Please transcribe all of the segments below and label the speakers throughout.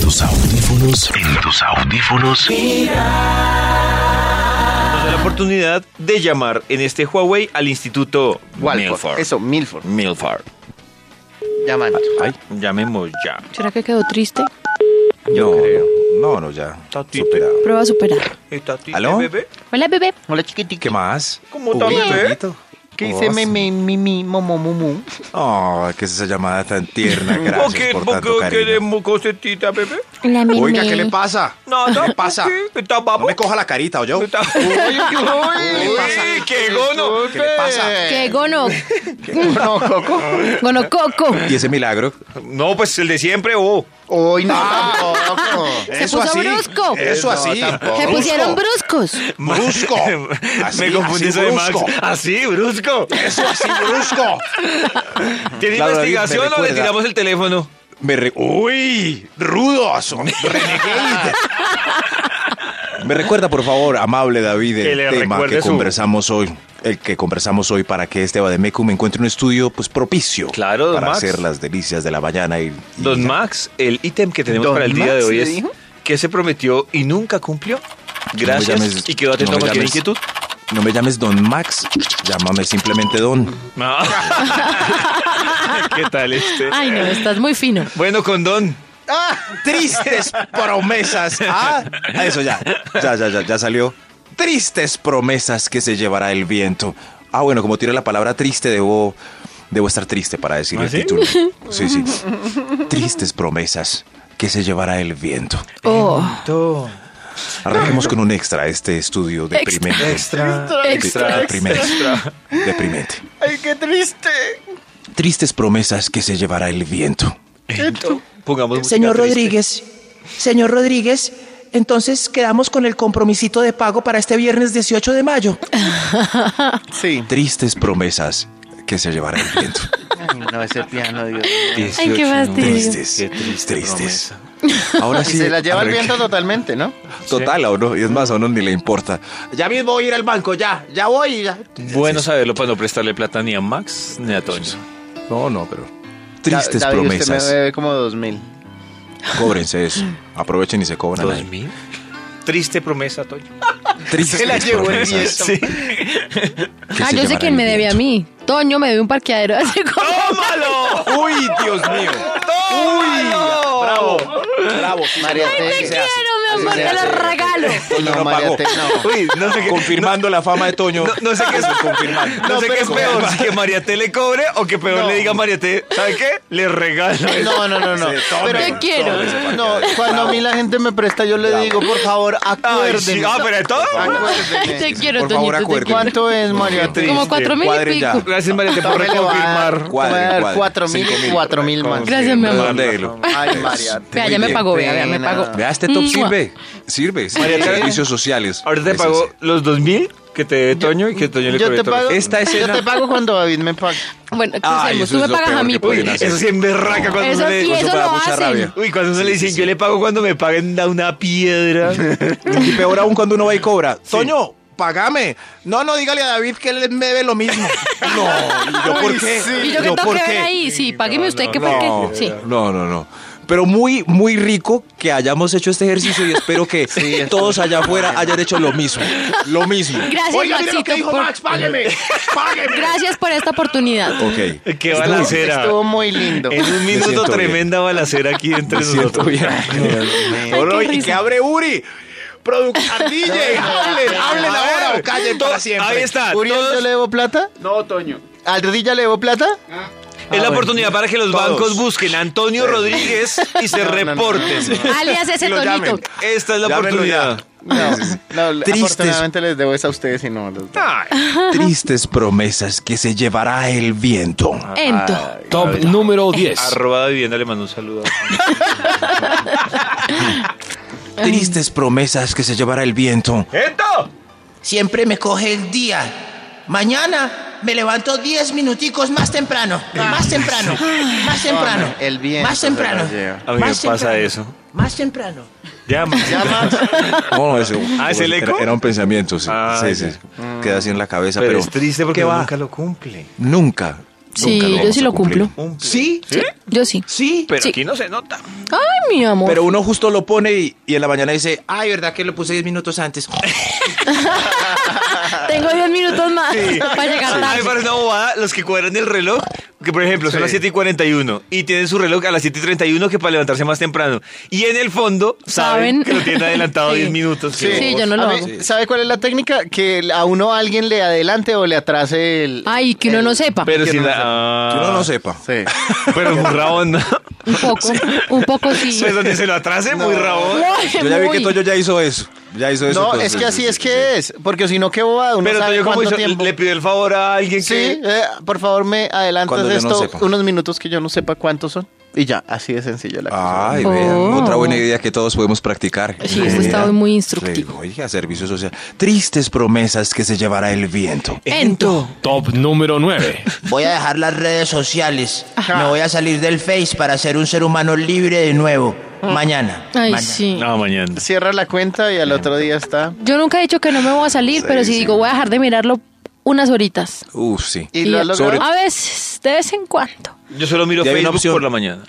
Speaker 1: tus audífonos, en tus audífonos.
Speaker 2: Nos da la oportunidad de llamar en este Huawei al Instituto
Speaker 3: Walford.
Speaker 2: Milford.
Speaker 3: Eso, Milford.
Speaker 2: Milford.
Speaker 3: Llamando.
Speaker 2: Ay, llamemos ya.
Speaker 4: ¿Será que quedó triste?
Speaker 2: Yo creo.
Speaker 5: No, no, ya.
Speaker 2: Tatito.
Speaker 5: Superado.
Speaker 4: Prueba superada.
Speaker 2: ¿Está ti,
Speaker 5: ¿Aló?
Speaker 2: bebé?
Speaker 4: Hola, bebé.
Speaker 3: Hola, chiquitica.
Speaker 5: ¿Qué más?
Speaker 2: ¿Cómo está,
Speaker 5: Juguito,
Speaker 2: bebé?
Speaker 5: juguito.
Speaker 3: ¿Qué
Speaker 5: Oh,
Speaker 3: dice
Speaker 5: sí.
Speaker 3: me, me, mi, mi, momo, mumu?
Speaker 5: Oh, qué es esa llamada tan tierna. Gracias por tanto cariño.
Speaker 2: queremos cosetita, bebé?
Speaker 4: Hola, meme.
Speaker 5: Oiga, ¿qué le pasa?
Speaker 2: Nada.
Speaker 5: ¿Qué pasa?
Speaker 2: ¿Qué está
Speaker 5: No
Speaker 2: babo?
Speaker 5: me coja la carita, ¿oyó?
Speaker 2: Está-
Speaker 3: Uy,
Speaker 2: Uy, qué gono.
Speaker 5: ¿Qué le pasa?
Speaker 4: ¿Qué gono?
Speaker 3: No, Coco.
Speaker 4: Gono coco.
Speaker 5: ¿Y ese milagro?
Speaker 2: No, pues el de siempre, oh.
Speaker 3: Hoy no, tampoco.
Speaker 5: Eso
Speaker 4: puso
Speaker 5: así. Eh,
Speaker 4: brusco.
Speaker 5: Eso
Speaker 3: No,
Speaker 5: así.
Speaker 3: tampoco.
Speaker 4: Se pusieron bruscos.
Speaker 5: Brusco.
Speaker 2: me
Speaker 5: Así,
Speaker 2: confundí
Speaker 5: así
Speaker 2: de Max.
Speaker 5: brusco.
Speaker 2: Así, brusco.
Speaker 5: Eso así, brusco.
Speaker 2: ¿Tiene
Speaker 5: Laura,
Speaker 2: investigación
Speaker 5: me
Speaker 2: o le
Speaker 5: recuerda.
Speaker 2: tiramos el teléfono?
Speaker 5: Me re- ¡Uy! ¡Rudo! son- renegade. Me recuerda, por favor, amable David,
Speaker 2: Que le
Speaker 5: el tema
Speaker 2: recuerde
Speaker 5: que
Speaker 2: su-
Speaker 5: conversamos hoy. El que conversamos hoy para que este Bademecum encuentre un estudio pues propicio
Speaker 2: Claro, don
Speaker 5: para
Speaker 2: Max.
Speaker 5: hacer las delicias de la mañana. Y, y-
Speaker 2: Don Max, el ítem que tenemos
Speaker 3: Don
Speaker 2: para el día
Speaker 3: Max,
Speaker 2: de hoy
Speaker 3: ¿le
Speaker 2: es
Speaker 3: dijo?
Speaker 2: que se prometió y nunca cumplió. Gracias
Speaker 5: llames-
Speaker 2: y quedó atento
Speaker 5: no
Speaker 2: a
Speaker 5: me
Speaker 2: cualquier
Speaker 5: llames.
Speaker 2: inquietud.
Speaker 5: No me llames Don Max, llámame simplemente Don.
Speaker 2: No. ¿Qué tal este?
Speaker 4: Ay, no, estás muy fino.
Speaker 2: Bueno, con Don.
Speaker 5: Tristes promesas. Ah, eso ya. Ya, ya, ya, ya salió. Tristes promesas que se llevará el viento. Ah, bueno, como tiene la palabra triste, debo, debo estar triste para decir
Speaker 2: ¿Ah,
Speaker 5: el
Speaker 2: sí?
Speaker 5: título. Sí, sí. Tristes promesas que se llevará el viento.
Speaker 4: Oh.
Speaker 5: Arranquemos con un extra este estudio deprimente.
Speaker 2: Extra.
Speaker 4: Extra,
Speaker 5: Deprimente. Deprimente.
Speaker 3: Ay, qué triste.
Speaker 5: Tristes promesas que se llevará el viento.
Speaker 2: Pongamos música
Speaker 6: Señor
Speaker 2: triste.
Speaker 6: Rodríguez, señor Rodríguez, entonces quedamos con el compromisito de pago para este viernes 18 de mayo.
Speaker 3: Sí.
Speaker 5: Tristes promesas que se llevará el viento.
Speaker 3: Ay, no, ese piano, Dios.
Speaker 4: Ay, qué
Speaker 2: 18,
Speaker 4: fastidio.
Speaker 5: Tristes.
Speaker 2: Qué triste
Speaker 5: tristes. Ahora
Speaker 3: Y
Speaker 5: sí.
Speaker 3: se la lleva el
Speaker 5: arranque-
Speaker 3: viento totalmente, ¿no?
Speaker 5: Total, a uno, y es más, a uno ni le importa.
Speaker 3: Ya mismo voy a ir al banco, ya, ya voy. Ya.
Speaker 2: Bueno saberlo para no prestarle plata ni a Max ni a Toño.
Speaker 5: No, no, pero. Tristes
Speaker 3: Da- David,
Speaker 5: promesas.
Speaker 3: Usted me debe como dos mil.
Speaker 5: Cóbrense eso. Aprovechen y se cobran. ahí.
Speaker 2: mil? Triste promesa, Toño.
Speaker 5: Tristes
Speaker 3: Se la llevó el
Speaker 5: promesas.
Speaker 3: viento.
Speaker 5: que
Speaker 4: Ah,
Speaker 5: se
Speaker 4: yo sé
Speaker 5: llevará
Speaker 4: quién
Speaker 5: el
Speaker 4: me debe a
Speaker 5: viento.
Speaker 4: mí. Toño me debe un parqueadero hace como...
Speaker 2: ¡Tómalo!
Speaker 5: ¡Uy, Dios mío! ¡Uy! ¡Bravo!
Speaker 3: Ah,
Speaker 5: ¡Bravo!
Speaker 3: María Te-
Speaker 5: se hace.
Speaker 4: Quiero, mi amor,
Speaker 3: Así se
Speaker 4: te
Speaker 3: hace.
Speaker 4: lo regalo.
Speaker 5: Toño no
Speaker 3: María
Speaker 5: pagó.
Speaker 3: Te- no.
Speaker 2: Uy, no sé qué.
Speaker 5: Confirmando la fama de Toño.
Speaker 2: No, no sé qué es,
Speaker 5: Confirmando.
Speaker 2: no sé qué es peor, si que Mariate le cobre o que peor
Speaker 3: No.
Speaker 2: le diga a Mariate, ¿sabe qué? Le regalo.
Speaker 3: No, no, no, no. Pero-
Speaker 4: Te quiero.
Speaker 3: no, cuando a mí la gente me presta, yo le digo, por favor,
Speaker 2: Ay, sí,
Speaker 3: acuérdenme.
Speaker 2: ah, pero de todo.
Speaker 4: Te
Speaker 3: Acuérdenme.
Speaker 4: quiero, Toñito.
Speaker 5: Por favor,
Speaker 4: te
Speaker 5: acuérdate.
Speaker 4: quiero.
Speaker 3: ¿Cuánto es, María Te?
Speaker 4: Como cuatro mil
Speaker 5: Cuadre
Speaker 4: y
Speaker 5: ya.
Speaker 4: pico.
Speaker 2: Gracias, Mariate, por
Speaker 3: Tómele, va a dar
Speaker 2: reconfirmar.
Speaker 5: Cuadre,
Speaker 3: cuadre,
Speaker 5: cuadre.
Speaker 3: Cuatro mil,
Speaker 5: Cinco mil.
Speaker 3: cuatro mil más.
Speaker 4: Gracias, mi amor.
Speaker 5: Redondéelo.
Speaker 3: Ay, María Te.
Speaker 4: Vea, ya me pagó, vea, vea, me
Speaker 3: Pena.
Speaker 4: pagó.
Speaker 5: Vea, este top
Speaker 4: Mua.
Speaker 5: sirve. Sirve. sirve.
Speaker 2: María,
Speaker 5: Servicios sociales.
Speaker 2: Ahorita te
Speaker 5: Ese
Speaker 2: pago
Speaker 5: sí.
Speaker 2: los dos mil que te dé Toño y que Toño le
Speaker 3: Yo
Speaker 2: cobre
Speaker 3: te
Speaker 2: todo.
Speaker 3: pago.
Speaker 5: Esta
Speaker 3: Yo te
Speaker 5: escena-
Speaker 3: pago cuando David me pague.
Speaker 4: Bueno,
Speaker 5: Ay,
Speaker 4: crucemos.
Speaker 5: eso
Speaker 4: Tú me
Speaker 5: es lo
Speaker 4: pagas
Speaker 5: peor
Speaker 4: a mí.
Speaker 5: que pueden
Speaker 4: Uy,
Speaker 5: hacer.
Speaker 2: Eso sí es berraca cuando
Speaker 4: Eso
Speaker 2: uno le
Speaker 4: sí,
Speaker 5: eso
Speaker 4: eso
Speaker 5: me da
Speaker 4: lo
Speaker 5: mucha rabia.
Speaker 4: hacen.
Speaker 2: Uy, cuando uno le dicen, yo le pago cuando me paguen da una piedra.
Speaker 5: Y peor aún cuando uno va y cobra. Toño, pagame. No, no, dígale a David que él me debe lo mismo. No, ¿y yo por qué?
Speaker 4: ¿Y yo qué tengo que ver ahí? Sí, págueme usted, ¿qué por
Speaker 5: No,
Speaker 4: qué? Sí.
Speaker 5: no, no, no. Pero muy, muy rico que hayamos hecho este ejercicio y espero que todos allá afuera hayan hecho lo mismo. Lo mismo.
Speaker 4: Gracias, Maxito. por-
Speaker 3: págueme.
Speaker 4: Gracias por esta oportunidad.
Speaker 5: Ok.
Speaker 2: Qué balacera.
Speaker 3: Estuvo muy lindo.
Speaker 2: En un minuto
Speaker 5: siento bien.
Speaker 2: tremenda balacera aquí entre
Speaker 5: Siento
Speaker 2: nosotros.
Speaker 5: bien.
Speaker 4: Ay, qué
Speaker 5: y que
Speaker 4: risa.
Speaker 5: abre Uri. Productor DJ, hablen, hablen ahora o callen para siempre.
Speaker 2: Ahí está.
Speaker 3: ¿Uriel
Speaker 2: todos-
Speaker 3: yo le debo plata? No, Toño. ¿Al Rodilla le debo plata?
Speaker 2: Es la oportunidad para que los
Speaker 5: Todos.
Speaker 2: bancos busquen a Antonio Rodríguez y se
Speaker 3: No, no, no,
Speaker 2: reporten.
Speaker 4: Alias ese
Speaker 5: Lo
Speaker 4: tonito.
Speaker 5: llamen.
Speaker 2: Esta es la
Speaker 5: Llámenlo
Speaker 2: oportunidad.
Speaker 3: No, no
Speaker 5: Tristes.
Speaker 3: afortunadamente les debo esa a ustedes y no a los dos.
Speaker 4: Ah,
Speaker 2: Ay,
Speaker 5: Tristes promesas que se llevará el viento.
Speaker 4: Ento.
Speaker 7: Top número 10.
Speaker 2: Arroba de vivienda le mando un saludo.
Speaker 5: Tristes promesas que se llevará el viento.
Speaker 2: ¡Esto!
Speaker 6: Siempre me coge el día. Mañana me levanto 10 minuticos más temprano. Más temprano. Más temprano.
Speaker 3: Hombre, el viento
Speaker 6: Más
Speaker 3: se la
Speaker 6: temprano.
Speaker 3: lleva.
Speaker 2: A mí me
Speaker 6: más
Speaker 2: pasa
Speaker 6: temprano,
Speaker 2: eso.
Speaker 6: Más temprano.
Speaker 2: Llama.
Speaker 5: No, eso.
Speaker 2: Ah, ¿es el
Speaker 5: era-
Speaker 2: eco?
Speaker 5: Era un pensamiento, sí.
Speaker 2: Ah,
Speaker 5: sí,
Speaker 2: ya.
Speaker 5: sí. Queda así en la cabeza,
Speaker 2: Pero
Speaker 5: pero.
Speaker 2: es triste porque
Speaker 5: ¿qué
Speaker 2: uno
Speaker 5: va?
Speaker 2: nunca lo cumple.
Speaker 5: Nunca.
Speaker 4: Sí,
Speaker 5: Nunca lo
Speaker 4: yo
Speaker 5: vamos
Speaker 4: sí
Speaker 5: a
Speaker 4: lo
Speaker 5: cumplir.
Speaker 4: cumplo.
Speaker 2: Un plan.
Speaker 5: ¿Sí?
Speaker 4: ¿Sí? Yo sí.
Speaker 5: Sí.
Speaker 2: Pero
Speaker 4: Sí.
Speaker 2: aquí no se nota.
Speaker 4: Ay, mi amor.
Speaker 5: Pero uno justo lo pone y, y en la mañana dice,
Speaker 6: Ay, ¿verdad que lo puse 10 minutos antes?
Speaker 2: Ah.
Speaker 4: Tengo 10 minutos más para llegar
Speaker 2: A mí me
Speaker 4: tarde.
Speaker 2: parece una bobada los que cuadran el reloj, que por ejemplo son las 7 y 41 y tienen su reloj a las 7 y 31 que para levantarse más temprano. Y en el fondo saben,
Speaker 4: Saben.
Speaker 2: que lo tienen adelantado
Speaker 4: Sí.
Speaker 2: 10 minutos.
Speaker 4: Sí,
Speaker 2: Qué
Speaker 4: yo no
Speaker 2: bobo.
Speaker 4: lo
Speaker 3: A mí,
Speaker 4: hago.
Speaker 3: ¿Sabe cuál es la técnica? Que a uno alguien le adelante o le atrase el...
Speaker 4: Ay, que uno no sepa.
Speaker 2: Pero
Speaker 3: Yo
Speaker 2: si
Speaker 3: no
Speaker 2: la.
Speaker 3: sé.
Speaker 5: que
Speaker 2: ah,
Speaker 5: uno no sepa.
Speaker 3: Sí.
Speaker 2: Pero muy rabón, ¿no?
Speaker 4: Un poco, un poco sí.
Speaker 2: Pues donde se lo atrase, muy rabón.
Speaker 4: Ay,
Speaker 5: Yo ya vi
Speaker 4: muy.
Speaker 5: que Toyo ya hizo eso. Ya hizo eso.
Speaker 3: No,
Speaker 5: entonces,
Speaker 3: es que así
Speaker 5: sí,
Speaker 3: es
Speaker 5: sí,
Speaker 3: que es. Porque si no, qué bobada. Uno
Speaker 2: Pero
Speaker 3: sabe
Speaker 2: yo como
Speaker 3: cuánto
Speaker 2: hizo-
Speaker 3: tiempo.
Speaker 2: le pidió el favor a alguien
Speaker 3: Sí,
Speaker 2: que.
Speaker 3: eh, por favor me adelantas
Speaker 5: Cuando yo no
Speaker 3: esto
Speaker 5: sepa.
Speaker 3: unos minutos que yo no sepa cuántos son. Y ya, así de sencillo la cosa.
Speaker 5: Ay,
Speaker 4: Oh.
Speaker 5: vean, otra buena idea que todos podemos practicar.
Speaker 4: Sí, eso está
Speaker 5: Comunidad.
Speaker 4: muy instructivo.
Speaker 5: Sí, Oiga, servicio social. Tristes promesas que se llevará el viento.
Speaker 4: Ento.
Speaker 7: Top número 9.
Speaker 6: Voy a dejar las redes sociales. Me voy a salir del Face para ser un ser humano libre de nuevo. Mañana.
Speaker 4: Ay,
Speaker 6: Mañana.
Speaker 4: sí.
Speaker 2: No, mañana.
Speaker 3: Cierra la cuenta y al otro día está.
Speaker 4: Yo nunca he dicho que no me voy a salir, pero sí digo, voy a dejar de mirarlo unas horitas.
Speaker 5: Uf, sí.
Speaker 3: Y lo has logrado.
Speaker 5: Sobre-
Speaker 4: A veces, de vez en cuando.
Speaker 2: Yo solo miro
Speaker 5: Ya hay una
Speaker 2: Facebook
Speaker 5: opción.
Speaker 2: por la mañana.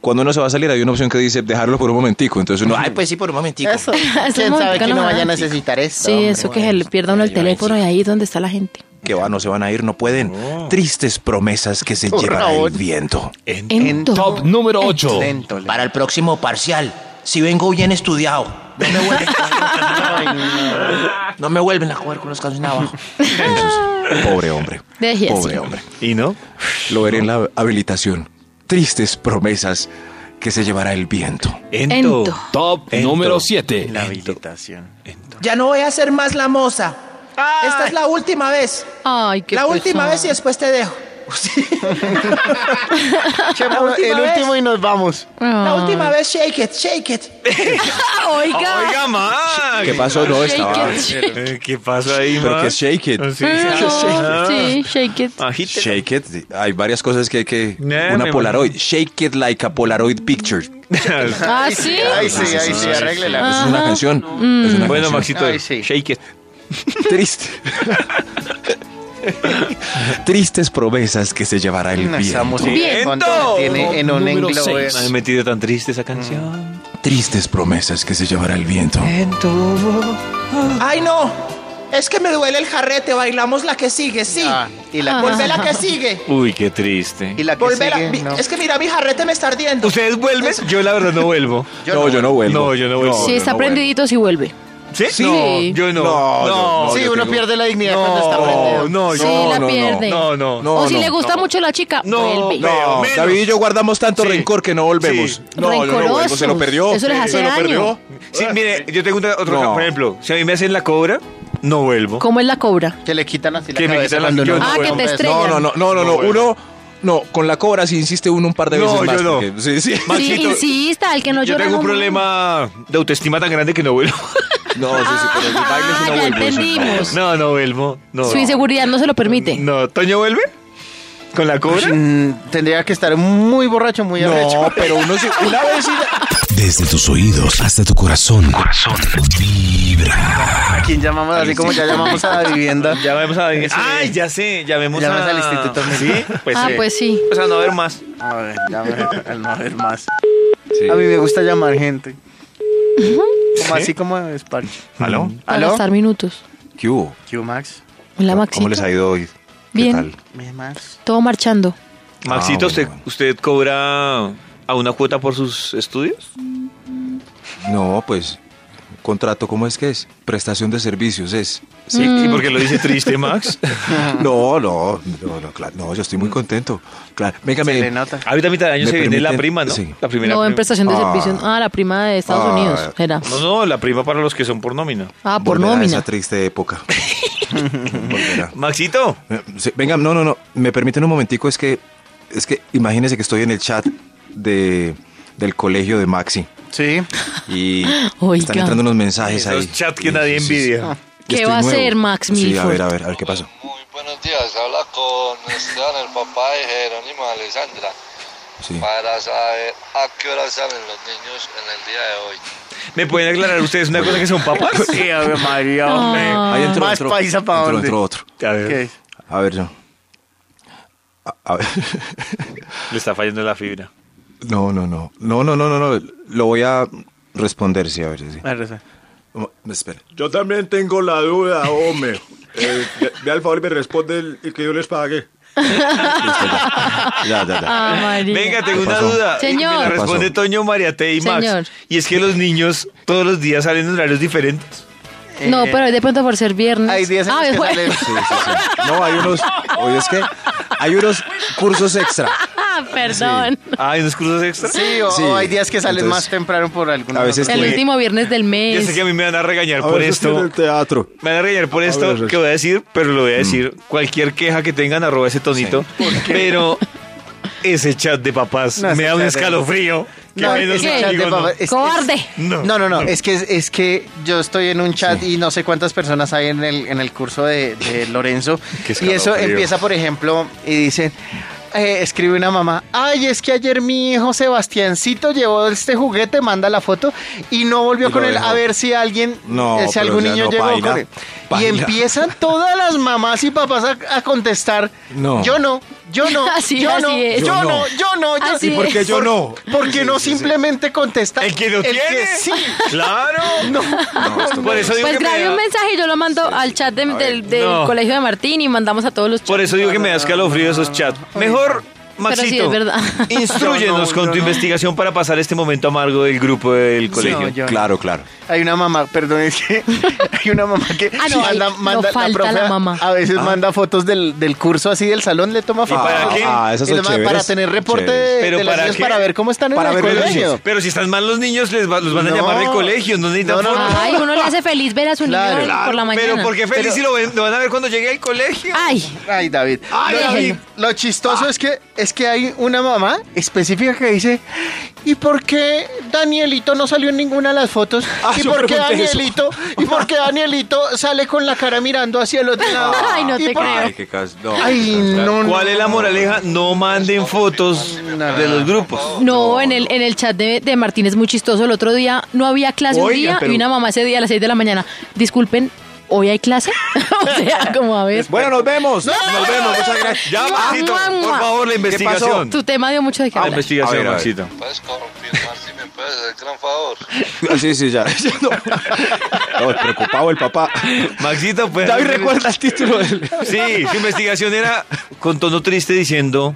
Speaker 5: Cuando uno se va a salir hay una opción que dice dejarlo por un momentico. Entonces uno,
Speaker 6: Ay,
Speaker 5: ay,
Speaker 6: pues sí, por un momentico.
Speaker 3: Eso.
Speaker 4: Es
Speaker 3: ¿Quién
Speaker 4: un
Speaker 3: sabe que
Speaker 4: momentico
Speaker 3: no
Speaker 4: nomás.
Speaker 3: vaya a necesitar esto?
Speaker 4: Sí,
Speaker 3: hombre?
Speaker 4: eso que se le pierda uno el teléfono y ahí es donde está la gente.
Speaker 5: que va, no se van a ir, no pueden. Tristes promesas que se llevará el
Speaker 3: favor.
Speaker 5: viento.
Speaker 4: Ento.
Speaker 7: Top número 8.
Speaker 3: Séntole.
Speaker 6: Para el próximo parcial, si vengo bien estudiado, no me vuelven, no me vuelven a jugar con los calzones abajo.
Speaker 5: Pobre hombre.
Speaker 4: Deje así.
Speaker 5: Pobre hombre.
Speaker 2: ¿Y no?
Speaker 5: Lo veré en la habilitación. Tristes promesas que se llevará el viento.
Speaker 4: Ento.
Speaker 7: Top
Speaker 2: Ento.
Speaker 7: número 7.
Speaker 3: La habilitación.
Speaker 6: Ya no voy a ser más la moza.
Speaker 2: Ah,
Speaker 6: Esta es la última vez.
Speaker 4: Ay, qué
Speaker 6: la última
Speaker 4: pesar.
Speaker 6: vez y después te dejo. Sí.
Speaker 3: Che,
Speaker 6: La
Speaker 3: Ah, bueno,
Speaker 6: última
Speaker 3: el
Speaker 6: vez.
Speaker 3: último y nos vamos.
Speaker 6: La última vez, shake it, shake it.
Speaker 4: Ah, Oiga.
Speaker 2: Oiga, Max.
Speaker 5: ¿Qué pasó? No,
Speaker 4: Shake
Speaker 5: estaba...
Speaker 4: it.
Speaker 2: Eh, ¿Qué pasa ahí,
Speaker 5: Pero
Speaker 2: Max?
Speaker 5: que es shake it.
Speaker 2: Ah, sí.
Speaker 4: No, sí, shake it.
Speaker 2: Agítelo.
Speaker 5: Shake it. Hay varias cosas que hay que...
Speaker 2: Nah,
Speaker 5: Una
Speaker 2: me
Speaker 5: Polaroid. Shake it like a Polaroid picture.
Speaker 4: Ah, sí.
Speaker 3: Ay, sí, ay, sí, arréglela.
Speaker 5: Es una canción. Es una
Speaker 2: bueno,
Speaker 5: canción.
Speaker 2: Maxito,
Speaker 3: Ay, sí.
Speaker 2: shake it.
Speaker 5: Triste. Tristes promesas que se llevará el
Speaker 3: Esa
Speaker 5: viento.
Speaker 3: música de fondo
Speaker 2: Viento.
Speaker 3: tiene en un
Speaker 7: Número
Speaker 3: englobe.
Speaker 7: seis.
Speaker 2: Me he metido tan triste esa canción.
Speaker 5: Tristes promesas que se llevará el viento.
Speaker 4: Eh,
Speaker 6: Ay, no. Es que me duele el jarrete. Bailamos la que sigue, sí.
Speaker 3: Ah, y la
Speaker 6: Volvé la que sigue.
Speaker 2: Uy, qué triste.
Speaker 3: Y la que
Speaker 6: Volvé la-
Speaker 3: sigue,
Speaker 6: mi-
Speaker 3: no.
Speaker 6: Es que mira, mi jarrete me está ardiendo.
Speaker 2: ¿Ustedes vuelven? Yo la verdad no vuelvo.
Speaker 5: no, yo no vuelvo.
Speaker 2: No, yo no vuelvo.
Speaker 4: Sí, está
Speaker 5: no
Speaker 4: prendidito si vuelve.
Speaker 2: ¿Sí?
Speaker 4: Sí.
Speaker 2: No, yo no.
Speaker 5: No, yo- no,
Speaker 3: sí,
Speaker 5: yo
Speaker 3: uno
Speaker 5: tengo-
Speaker 3: pierde la dignidad cuando está
Speaker 2: No,
Speaker 3: prendido.
Speaker 2: no,
Speaker 4: Sí,
Speaker 2: yo
Speaker 5: no,
Speaker 4: la
Speaker 5: no, no.
Speaker 4: pierde.
Speaker 2: no, no.
Speaker 5: No,
Speaker 4: o si
Speaker 5: no,
Speaker 4: le gusta mucho la chica,
Speaker 2: No,
Speaker 4: vuelve.
Speaker 2: Pero
Speaker 5: No,
Speaker 2: menos.
Speaker 5: David y yo guardamos tanto
Speaker 2: Sí.
Speaker 5: rencor que no volvemos.
Speaker 2: Sí.
Speaker 5: No, yo no vuelvo, se lo
Speaker 4: Rencorosos.
Speaker 5: perdió.
Speaker 4: Eso les hace
Speaker 5: se lo
Speaker 4: daño.
Speaker 5: perdió.
Speaker 2: Sí, mire, yo tengo otra, otra-
Speaker 5: No.
Speaker 2: por ejemplo, si a mí me hacen la cobra, no vuelvo.
Speaker 4: ¿Cómo es la cobra?
Speaker 3: Que le quitan así la
Speaker 2: Que me
Speaker 3: cabeza
Speaker 2: quitan la-
Speaker 3: cuando
Speaker 2: yo
Speaker 3: uno
Speaker 2: no
Speaker 4: Ah,
Speaker 3: come.
Speaker 4: que te estrellan.
Speaker 5: No, no, no, no, no, no. Uno, no, con la cobra sí insiste uno un par de
Speaker 2: No,
Speaker 5: veces
Speaker 2: yo
Speaker 5: más.
Speaker 2: no.
Speaker 5: porque- sí, sí.
Speaker 4: Sí,
Speaker 2: Maxito,
Speaker 4: insista, el que no
Speaker 2: yo
Speaker 4: llora.
Speaker 2: tengo un
Speaker 4: no-
Speaker 2: problema de autoestima tan grande que no vuelvo.
Speaker 5: No, sí, sí, pero el baile sí
Speaker 4: Ah, ya
Speaker 5: no vuelvo. eso no.
Speaker 4: entendimos.
Speaker 2: No, no vuelvo. No.
Speaker 4: Su inseguridad no se lo permite.
Speaker 2: No, ¿Toño vuelve? ¿Con la cobra?
Speaker 3: Mm, Tendría que estar muy borracho, muy arrecho.
Speaker 5: No, pero uno sí, una vez sí.
Speaker 1: Desde tus oídos hasta tu corazón. Corazón. Vibra.
Speaker 3: ¿A quién llamamos? Así como ya llamamos a la vivienda.
Speaker 2: Llamemos a David. Ay, ya sé, llamemos
Speaker 3: Llamas
Speaker 2: a...
Speaker 3: al instituto
Speaker 2: Sí, pues
Speaker 4: ah,
Speaker 2: sí.
Speaker 4: pues sí.
Speaker 2: O sea, no haber más.
Speaker 3: A ver, ya me- al no haber más. A mí me gusta llamar gente. Como así como de despacho.
Speaker 5: ¿Aló?
Speaker 4: Para
Speaker 3: ¿Aló?
Speaker 4: gastar minutos.
Speaker 5: ¿Qué hubo?
Speaker 3: Q Max.
Speaker 4: Hola, Maxito.
Speaker 5: ¿Cómo les ha ido hoy?
Speaker 4: Bien.
Speaker 5: ¿Qué tal?
Speaker 3: Mi Max.
Speaker 4: Todo marchando.
Speaker 2: Maxito,
Speaker 5: Ah, bueno,
Speaker 2: usted,
Speaker 5: bueno.
Speaker 2: ¿usted cobra a una cuota por sus estudios?
Speaker 5: No, pues, contrato, ¿cómo es que es? Prestación de servicios es.
Speaker 2: Sí. ¿Y por qué lo dice triste, Max?
Speaker 4: Mm.
Speaker 5: No, no, no, no, claro, no, yo estoy muy contento. Claro, venga,
Speaker 3: Se
Speaker 5: miren.
Speaker 3: le nota.
Speaker 2: Ahorita a mitad de año
Speaker 5: ¿Me
Speaker 2: se viene la
Speaker 5: permiten?
Speaker 2: prima, ¿no?
Speaker 5: Sí.
Speaker 2: La primera
Speaker 4: No, en
Speaker 2: prima.
Speaker 4: prestación de
Speaker 5: Ah.
Speaker 4: servicios. Ah, la prima de Estados
Speaker 5: Ah.
Speaker 4: Unidos. Era.
Speaker 2: No, no, la prima para los que son por nómina.
Speaker 4: Ah, por
Speaker 5: volverá
Speaker 4: nómina.
Speaker 5: esa triste época. Volverá.
Speaker 2: Maxito,
Speaker 5: Eh, sí, venga, no, no, no, me permiten un momentico, es que, es que imagínense que estoy en el chat de, del colegio de Maxi
Speaker 3: Sí.
Speaker 5: y
Speaker 4: Oiga.
Speaker 5: están entrando unos mensajes ahí.
Speaker 2: esos chats que nadie
Speaker 5: Sí, sí, sí.
Speaker 2: envidia.
Speaker 5: Yo
Speaker 4: ¿Qué
Speaker 5: estoy
Speaker 4: va a
Speaker 5: nuevo.
Speaker 4: hacer Max
Speaker 5: Sí, a
Speaker 4: Milford?
Speaker 5: ver, a ver, a ver qué pasó.
Speaker 8: Muy buenos días, habla con Esteban, el papá de Jerónimo Alessandra,
Speaker 5: Sí.
Speaker 8: para saber a qué hora salen los niños en el día de hoy.
Speaker 2: ¿Me pueden aclarar ustedes una cosa que son papas?
Speaker 3: Sí, a ver, María, hombre.
Speaker 5: Ah, pues. Ahí entró
Speaker 3: Más
Speaker 5: otro,
Speaker 3: paisa pa'
Speaker 5: entró,
Speaker 3: dónde.
Speaker 5: entró otro.
Speaker 2: A ver.
Speaker 3: ¿Qué?
Speaker 5: A ver, yo. A- A ver.
Speaker 2: Le está fallando la fibra.
Speaker 5: No, no, no. No, no, no, no, no. Lo voy a responder, sí, a ver, sí.
Speaker 3: Ah, reza.
Speaker 5: Espera.
Speaker 9: Yo también tengo la duda, hombre. Eh, ve al favor y me responde el, el que yo les pagué.
Speaker 5: Ya, ya, ya.
Speaker 4: Ah, María.
Speaker 2: Venga, tengo
Speaker 5: ¿Qué
Speaker 2: una
Speaker 5: pasó?
Speaker 2: duda.
Speaker 4: Señor.
Speaker 2: Me la
Speaker 4: ¿Qué
Speaker 5: pasó?
Speaker 2: responde Toño, Mariate y Max.
Speaker 4: Señor.
Speaker 2: Y es que los niños todos los días salen en horarios diferentes.
Speaker 4: No,
Speaker 3: Eh,
Speaker 4: pero de pronto por ser viernes.
Speaker 3: Hay días en
Speaker 4: Ah,
Speaker 3: los que
Speaker 4: bueno.
Speaker 3: sale-
Speaker 5: Sí, sí, sí. No, hay unos. Oye, es que hay unos cursos extra.
Speaker 4: Ah, perdón.
Speaker 2: Ah, ¿y unos cursos extra.
Speaker 3: Sí, o,
Speaker 5: Sí.
Speaker 3: o hay días que salen
Speaker 5: Entonces,
Speaker 3: más temprano por alguna
Speaker 5: a veces
Speaker 3: razón.
Speaker 4: El
Speaker 5: que-
Speaker 4: último viernes del
Speaker 2: Ya
Speaker 4: mes.
Speaker 2: sé que a mí me van a regañar
Speaker 9: A
Speaker 2: por
Speaker 9: ver,
Speaker 2: esto.
Speaker 9: estoy en el teatro.
Speaker 2: Me van a regañar por esto
Speaker 9: ver,
Speaker 2: que voy a decir, pero lo voy a decir. Cualquier queja que tengan, arroba ese tonito. Pero ese chat de papás
Speaker 3: No,
Speaker 2: me
Speaker 3: ese
Speaker 2: da un
Speaker 3: chat de-
Speaker 2: escalofrío. Que
Speaker 3: No,
Speaker 2: menos
Speaker 3: es que-
Speaker 2: conmigo,
Speaker 3: de
Speaker 2: no.
Speaker 3: papá- es- es-
Speaker 4: Cobarde.
Speaker 2: No.
Speaker 3: No, no, no. Es que es que yo estoy en un chat y no sé cuántas personas hay en el, en el curso de, de Lorenzo.
Speaker 2: Qué
Speaker 3: y eso
Speaker 2: escalofrío.
Speaker 3: empieza, por ejemplo, y dicen. eh, escribe una mamá, ay, es que ayer mi hijo Sebastiancito llevó este juguete, manda la foto y no volvió
Speaker 5: Y
Speaker 3: con
Speaker 5: lo
Speaker 3: él a
Speaker 5: dejó.
Speaker 3: ver si alguien,
Speaker 5: No,
Speaker 3: eh, si
Speaker 5: pero
Speaker 3: algún
Speaker 5: ya
Speaker 3: niño
Speaker 5: no,
Speaker 3: llegó
Speaker 5: paila,
Speaker 3: con él. Y
Speaker 5: paila.
Speaker 3: empiezan todas las mamás y papás a, a contestar,
Speaker 5: No.
Speaker 3: yo no, yo no,
Speaker 4: Así-
Speaker 3: yo,
Speaker 4: así
Speaker 3: no
Speaker 4: es.
Speaker 3: yo
Speaker 5: Yo
Speaker 3: no,
Speaker 5: no.
Speaker 3: yo no, yo
Speaker 4: Así ¿Y por qué
Speaker 5: es. yo no?
Speaker 3: Porque no simplemente contesta
Speaker 2: El que lo tiene.
Speaker 3: sí.
Speaker 2: Claro.
Speaker 5: No, esto
Speaker 2: Por
Speaker 5: no
Speaker 2: eso
Speaker 5: es.
Speaker 2: digo
Speaker 4: Pues
Speaker 2: que me
Speaker 4: grabé
Speaker 2: da-
Speaker 4: un mensaje y yo lo mando al chat de- del, del
Speaker 2: no.
Speaker 4: colegio de Martín y mandamos a todos los chats.
Speaker 2: Por eso digo que me da escalofrío esos chats. Mejor, Maxito,
Speaker 4: sí, es verdad.
Speaker 2: instruyenos
Speaker 3: Yo no,
Speaker 2: con
Speaker 3: yo
Speaker 2: tu
Speaker 3: no.
Speaker 2: investigación para pasar este momento amargo del grupo del colegio.
Speaker 3: No, yo no.
Speaker 5: Claro, claro.
Speaker 3: Hay una mamá, perdón, es que hay una mamá que
Speaker 4: Ah, no,
Speaker 3: manda,
Speaker 4: hay- no
Speaker 3: manda-
Speaker 4: falta
Speaker 3: profe
Speaker 4: la mamá.
Speaker 3: a veces manda fotos del, del curso así del salón, le toma fotos.
Speaker 2: Ah. para qué?
Speaker 5: Ah, esas
Speaker 3: Y
Speaker 5: son
Speaker 3: le manda-
Speaker 5: chéveres.
Speaker 3: para tener reporte
Speaker 5: Chéveres.
Speaker 3: de,
Speaker 2: ¿Pero
Speaker 3: de las
Speaker 2: para
Speaker 3: niñas,
Speaker 2: qué?
Speaker 3: para ver cómo están
Speaker 5: Para
Speaker 3: en el
Speaker 5: ver los
Speaker 3: colegio.
Speaker 5: niños.
Speaker 2: Pero si están mal los niños, les va- los van a
Speaker 3: No.
Speaker 2: llamar del colegio, no necesitan
Speaker 3: No, no,
Speaker 2: fotos.
Speaker 4: Ay, uno le hace feliz ver a su
Speaker 3: Claro.
Speaker 4: niño por la mañana.
Speaker 2: Pero porque feliz si lo, ven- lo van a ver cuando llegue al colegio.
Speaker 4: Ay,
Speaker 3: Ay, David. Ah.
Speaker 4: Ay,
Speaker 3: lo,
Speaker 4: David.
Speaker 3: lo chistoso es que es que hay una mamá específica que dice, ¿y por qué Danielito no salió en ninguna de las fotos? ¿Y por qué Danielito? ¿Y por qué Danielito sale con la cara mirando hacia el otro lado?
Speaker 4: Ay, no
Speaker 3: ¿Y
Speaker 4: te
Speaker 3: por qué?
Speaker 4: creo.
Speaker 5: Ay, qué cas- no,
Speaker 3: Ay, no, no.
Speaker 2: ¿Cuál es la moraleja? No manden fotos de los grupos.
Speaker 4: No, en el, en el chat de, de Martín es muy chistoso. El otro día no había clase un
Speaker 3: Oiga,
Speaker 4: día
Speaker 3: pero-
Speaker 4: y una mamá ese día a las 6 de la mañana. Disculpen, ¿hoy hay clase? o sea, como a ver.
Speaker 5: Bueno, nos vemos. nos vemos. Muchas gracias.
Speaker 2: Ya, Maxito, por favor, la investigación.
Speaker 4: Tu tema dio mucho de qué
Speaker 2: La
Speaker 4: hablar.
Speaker 5: A
Speaker 2: investigación,
Speaker 5: ver, a ver.
Speaker 2: Maxito.
Speaker 8: ¿Puedes confirmar si me puedes hacer gran favor?
Speaker 5: Ah, Sí, sí, ya. No. No, preocupado el papá.
Speaker 2: Maxito, pues.
Speaker 5: David recuerda el título del.
Speaker 2: Sí, su investigación era con tono triste diciendo.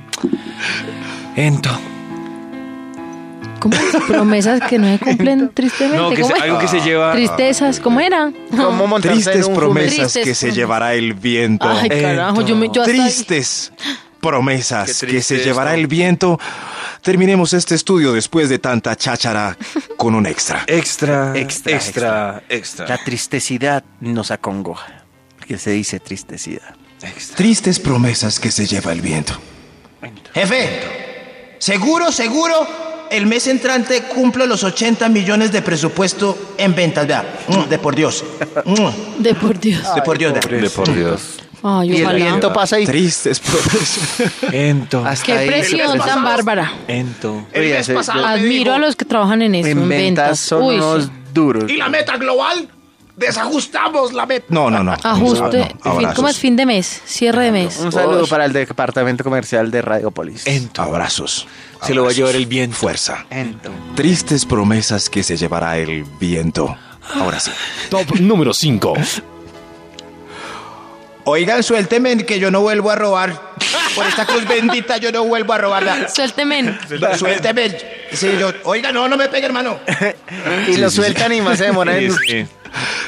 Speaker 2: Ento.
Speaker 4: ¿Cómo es? Promesas que no se cumplen tristemente.
Speaker 2: No, que se-
Speaker 4: ¿Cómo es?
Speaker 2: algo que se lleva.
Speaker 4: Tristezas, ¿cómo era?
Speaker 3: ¿Cómo montarse en
Speaker 5: Tristes
Speaker 3: un
Speaker 5: promesas
Speaker 4: Tristes
Speaker 5: que se
Speaker 4: promesas.
Speaker 5: llevará el viento. Eh,
Speaker 4: Ay, carajo, yo me- yo hasta-
Speaker 5: Tristes promesas
Speaker 2: Qué
Speaker 5: que se
Speaker 2: triste
Speaker 5: llevará
Speaker 2: esto.
Speaker 5: el viento. Terminemos este estudio después de tanta cháchara con un extra.
Speaker 2: Extra,
Speaker 3: Extra,
Speaker 2: extra, extra, extra.
Speaker 3: La tristecidad nos acongoja. Que se dice tristecidad.
Speaker 5: Tristes promesas que se lleva el viento.
Speaker 6: Jefe, seguro, seguro, el mes entrante cumplo los 80 millones de presupuesto en ventas, vea. Mm, De por Dios. Mm,
Speaker 4: De por Dios.
Speaker 6: De por Dios, vea.
Speaker 2: De por Dios.
Speaker 4: Ay,
Speaker 3: Y el
Speaker 4: ojalá.
Speaker 3: viento pasa y...
Speaker 5: Tristes promesas.
Speaker 2: Ento.
Speaker 3: Hasta
Speaker 4: Qué
Speaker 3: ahí.
Speaker 4: presión tan bárbara.
Speaker 2: Ento.
Speaker 3: Oye, se-
Speaker 4: Admiro a los que trabajan en eso,
Speaker 3: en ventas son
Speaker 4: Uy,
Speaker 3: unos
Speaker 4: sí.
Speaker 3: duros.
Speaker 9: la meta global? Desajustamos la meta.
Speaker 5: No, no, no.
Speaker 4: Ajuste.
Speaker 5: No, no,
Speaker 4: fin, ¿Cómo es
Speaker 5: abrazos.
Speaker 4: fin de mes? Cierre de mes.
Speaker 3: Un saludo para el departamento comercial de Radiopolis.
Speaker 5: Abrazos.
Speaker 2: Se lo va a llevar el
Speaker 5: bien
Speaker 2: viento.
Speaker 5: Fuerza.
Speaker 3: Ento.
Speaker 5: Tristes promesas que se llevará el viento. Ahora sí.
Speaker 7: Top número 5.
Speaker 6: Oigan, suélteme que yo no vuelvo a robar. Por esta cruz bendita yo no vuelvo a robar. vea.
Speaker 4: Suélteme.
Speaker 6: Suélteme. Sí, yo- oiga, no, no me pegue, hermano.
Speaker 3: Y lo sueltan y más se demoran. en-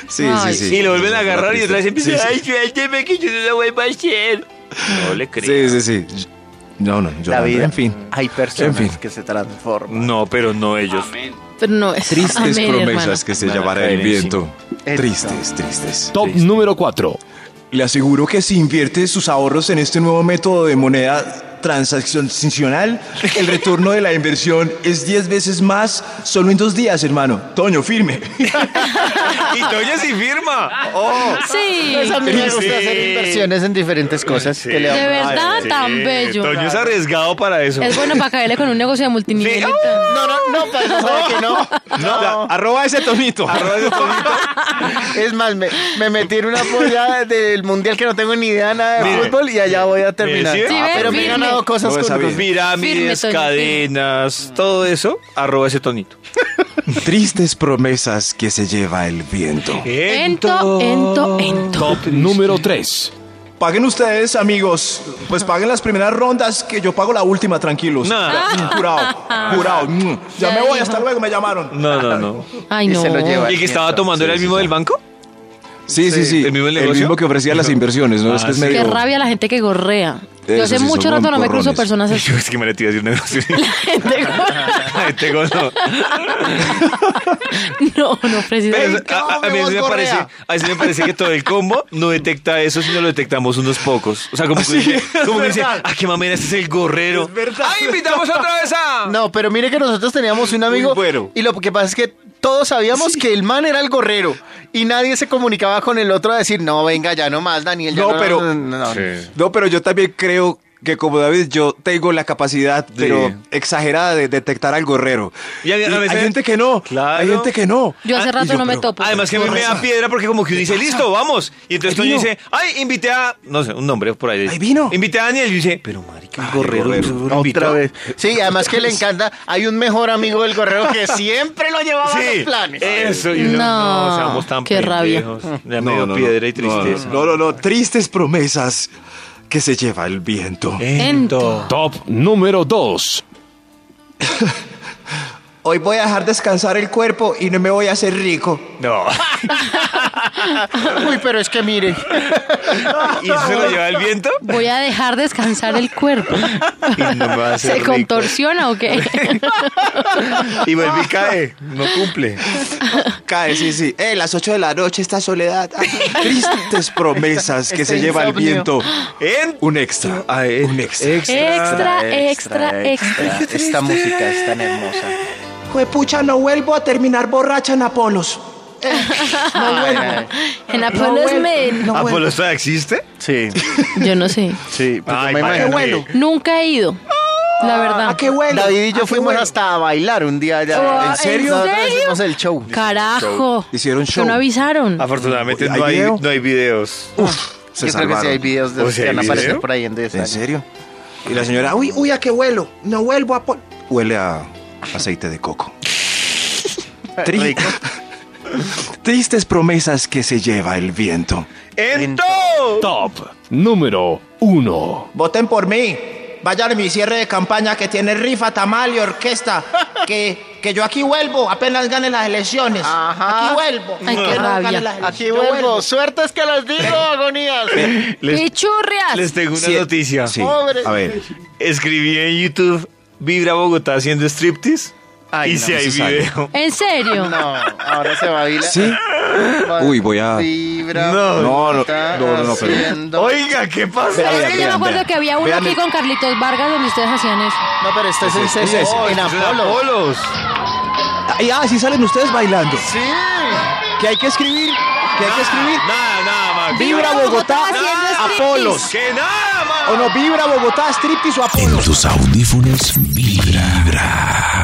Speaker 5: Sí,
Speaker 4: Ay.
Speaker 5: sí, sí.
Speaker 2: Y lo vuelven a agarrar y otra vez
Speaker 5: Sí,
Speaker 2: empiezan.
Speaker 5: sí.
Speaker 2: Ay, suélteme que yo no lo vuelvo a hacer. No le creo.
Speaker 5: Sí, sí, sí. No, no, yo
Speaker 3: La vida.
Speaker 5: En fin.
Speaker 3: Hay personas
Speaker 5: En fin.
Speaker 3: que se transforman.
Speaker 2: No, pero no ellos.
Speaker 4: Pero no es.
Speaker 5: Tristes
Speaker 4: Amén,
Speaker 5: promesas
Speaker 4: hermano.
Speaker 5: que se
Speaker 2: Van a
Speaker 5: llevará
Speaker 2: caer
Speaker 5: el
Speaker 2: en
Speaker 5: viento.
Speaker 3: Eso.
Speaker 5: Tristes, tristes.
Speaker 7: Top número 4.
Speaker 5: Le aseguro que si invierte sus ahorros en este nuevo método de moneda transaccional, el retorno de la inversión es 10 veces más solo en dos días, hermano. Toño, firme.
Speaker 2: Y Toño sí firma. Oh.
Speaker 4: Sí.
Speaker 3: Pues a mí me gusta
Speaker 2: Sí.
Speaker 3: hacer inversiones en diferentes cosas. que le
Speaker 4: De
Speaker 3: vamos-
Speaker 4: verdad, tan bello.
Speaker 2: Toño es arriesgado para eso.
Speaker 4: Es bueno para caerle con un negocio de
Speaker 2: Sí.
Speaker 4: multinivel.
Speaker 2: ¡Oh!
Speaker 4: y tal.
Speaker 3: No, no, no, pero eso sabe que no. No.
Speaker 5: Arroba ese tonito.
Speaker 3: Es más, me, me metí en una polla del mundial que no tengo ni idea nada de
Speaker 2: Mire.
Speaker 3: fútbol y allá voy a terminar.
Speaker 2: Mire, ¿sí ve?
Speaker 4: Sí, ve,
Speaker 3: pero me
Speaker 4: firme.
Speaker 3: iban a ganado cosas
Speaker 5: Ah, No, esa
Speaker 3: con
Speaker 5: bien.
Speaker 3: Google.
Speaker 4: Firme,
Speaker 2: Pirámides,
Speaker 4: Toño,
Speaker 2: cadenas, todo eso, arroba ese tonito.
Speaker 5: Tristes promesas que se lleva el viento.
Speaker 2: ¡oh!
Speaker 4: Ento, ento, ento.
Speaker 7: Top número 3.
Speaker 5: Paguen ustedes, amigos. Pues paguen las primeras rondas que yo pago la última, tranquilos.
Speaker 2: No.
Speaker 5: Ya, Jurado, jurado. Mm. Ya
Speaker 4: Ya
Speaker 5: me voy,
Speaker 4: dijo.
Speaker 5: hasta luego, me llamaron.
Speaker 2: No, no, no.
Speaker 4: Ay,
Speaker 3: Y
Speaker 4: no.
Speaker 3: se lo lleva.
Speaker 2: ¿Y el que estaba tomando era el mismo del banco?
Speaker 5: Sí, sí, sí.
Speaker 2: ¿El mismo negocio? Ah,
Speaker 5: que ofrecía las inversiones, ¿no? es que es
Speaker 4: Qué
Speaker 5: medio-
Speaker 4: rabia la gente que gorrea. Yo
Speaker 5: Eso
Speaker 4: hace
Speaker 5: sí,
Speaker 4: mucho
Speaker 5: son
Speaker 4: rato no me
Speaker 5: mamporrones.
Speaker 4: cruzo personas así.
Speaker 2: Yo es que me le iba a decir negocio.
Speaker 4: Gente gorrea.
Speaker 2: Este gozo.
Speaker 4: No, no,
Speaker 2: Pero
Speaker 4: precisamente.
Speaker 2: a, a- a mí sí me parece, a mí sí me parece que todo el combo no detecta eso, sino lo detectamos unos pocos. O sea, como que, dice, como que dice, ah, qué mamera, este es el gorrero. ¡Ay, invitamos otra vez a!
Speaker 3: No, pero mire que nosotros teníamos un amigo
Speaker 5: bueno.
Speaker 3: y lo que pasa es que todos sabíamos que el man era el gorrero y nadie se comunicaba con el otro a decir, no, venga, ya no más, Daniel. ya
Speaker 5: No, pero-
Speaker 3: no, no".
Speaker 5: No, pero yo también creo que como David, yo tengo la capacidad, pero exagerada, de detectar al gorrero.
Speaker 2: Y a- a veces-
Speaker 5: hay gente que no.
Speaker 2: Claro.
Speaker 5: Hay gente que no.
Speaker 4: Yo
Speaker 2: Ah,
Speaker 4: hace rato no me topo.
Speaker 2: Además que a mí me da piedra porque como que uno dice, listo, vamos. Y entonces Toño dice, ay, invité a, no sé, un nombre por ahí.
Speaker 5: Ahí vino.
Speaker 2: Invité a Daniel y dice, pero marica, el gorrero. seguro invitó".
Speaker 3: Otra vez. Sí, además que le encanta. Hay un mejor amigo del gorrero que siempre lo llevaba a
Speaker 2: Sí,
Speaker 3: los planes.
Speaker 2: eso. Y uno, no,
Speaker 4: No,
Speaker 2: seamos tan
Speaker 4: qué rabia.
Speaker 2: pendejos. Ya me dio piedra y tristeza.
Speaker 5: No, no, no. Tristes promesas que se lleva el viento.
Speaker 6: Eh,
Speaker 4: Ento.
Speaker 7: Top número 2.
Speaker 6: Hoy voy a dejar descansar el cuerpo y no me voy a hacer rico.
Speaker 3: Uy, pero es que mire.
Speaker 2: ¿Y se lo lleva el viento?
Speaker 4: Voy a dejar descansar el cuerpo. ¿Se contorsiona o qué?
Speaker 2: Y vuelve y cae. No cumple.
Speaker 5: Cae, sí, sí.
Speaker 6: Eh, las 8 de la noche, esta soledad. Ah,
Speaker 5: Tristes promesas que se
Speaker 3: Este
Speaker 5: lleva el
Speaker 3: insomnio.
Speaker 5: viento. Un extra.
Speaker 2: Ah,
Speaker 5: Un extra.
Speaker 4: Extra, extra, extra.
Speaker 6: Esta música es tan hermosa.
Speaker 10: Juepucha, no vuelvo a terminar borracha en Apolos.
Speaker 4: En Apolos Men.
Speaker 2: ¿Apolo Ah, pues, todavía existe?
Speaker 10: Sí,
Speaker 4: Yo no sé.
Speaker 10: sí, pues
Speaker 2: Ay,
Speaker 10: yo me
Speaker 2: vaya,
Speaker 10: imagino.
Speaker 2: bueno.
Speaker 4: Nunca he ido. La verdad.
Speaker 10: ¿A
Speaker 5: Ah,
Speaker 10: qué vuelo?
Speaker 3: David y
Speaker 10: ¿A
Speaker 6: Ah,
Speaker 3: yo
Speaker 10: qué
Speaker 3: fuimos
Speaker 10: vuelo?
Speaker 3: hasta a bailar un día
Speaker 4: Oh,
Speaker 3: allá.
Speaker 4: ¿en serio?
Speaker 3: Nosotros hicimos el show.
Speaker 4: Carajo.
Speaker 5: Hicieron
Speaker 4: ¿Por qué
Speaker 5: show.
Speaker 4: no avisaron.
Speaker 2: Afortunadamente
Speaker 5: ¿Hay
Speaker 2: no hay,
Speaker 5: video?
Speaker 2: no hay videos.
Speaker 3: Yo
Speaker 5: Se
Speaker 3: creo que sí
Speaker 5: salvaron.
Speaker 3: hay videos de
Speaker 2: ¿O
Speaker 3: los
Speaker 2: sea,
Speaker 3: que van a
Speaker 2: hay
Speaker 3: aparecer
Speaker 2: video?
Speaker 3: por ahí en DS.
Speaker 5: ¿En serio? Y la señora, uy,
Speaker 10: Uy, uy, ¿a qué vuelo? No vuelvo a Apolos.
Speaker 5: huele a aceite de coco. Tri- Tristes promesas que se lleva el viento.
Speaker 2: ¡Ento!
Speaker 7: Top número 1.
Speaker 6: Voten por mí. Vayan a mi cierre de campaña que tiene rifa, tamal y orquesta. Que, que yo aquí vuelvo apenas gane las elecciones.
Speaker 3: Ajá.
Speaker 6: Aquí vuelvo.
Speaker 4: Ay, qué
Speaker 6: Apenas gane
Speaker 4: rabia.
Speaker 6: las elecciones,
Speaker 3: Aquí
Speaker 6: yo
Speaker 3: vuelvo. Suerte es que las digo, agonías.
Speaker 2: Les-
Speaker 4: ¡Qué churrias!
Speaker 2: Les tengo una
Speaker 5: Sí,
Speaker 2: noticia.
Speaker 5: Sí.
Speaker 3: Pobre.
Speaker 5: A ver,
Speaker 2: Escribí en YouTube Vibra Bogotá haciendo striptease.
Speaker 3: Ay,
Speaker 2: y
Speaker 3: no,
Speaker 2: si hay
Speaker 5: sí sale.
Speaker 2: video.
Speaker 4: ¿En serio?
Speaker 3: No, ahora se va a bailar.
Speaker 5: sí.
Speaker 3: Va-
Speaker 5: Uy, voy a-
Speaker 3: Vibra,
Speaker 2: No,
Speaker 5: no, no,
Speaker 3: está
Speaker 5: no, no, no, pero-
Speaker 3: haciendo-
Speaker 2: Oiga, ¿qué pasa?
Speaker 4: Pero es que yo me
Speaker 5: vean,
Speaker 4: acuerdo
Speaker 5: vean.
Speaker 4: que había uno
Speaker 5: Vean
Speaker 4: aquí
Speaker 5: el-
Speaker 4: con Carlitos Vargas donde ustedes hacían eso.
Speaker 3: No, pero esto es en serio,
Speaker 5: Ese, ese, ese.
Speaker 3: en Apolo.
Speaker 2: Apolos.
Speaker 5: Ay, ah, sí salen ustedes bailando.
Speaker 3: Sí.
Speaker 5: Que hay que escribir. Que hay que escribir.
Speaker 2: Nada, nada, Max.
Speaker 5: Vibra Bogotá,
Speaker 4: haciendo striptease.
Speaker 5: Apolos.
Speaker 2: ¡Que nada, Max!
Speaker 5: O no, Vibra Bogotá, striptease o
Speaker 1: En
Speaker 5: Apolos.
Speaker 1: tus audífonos vibra.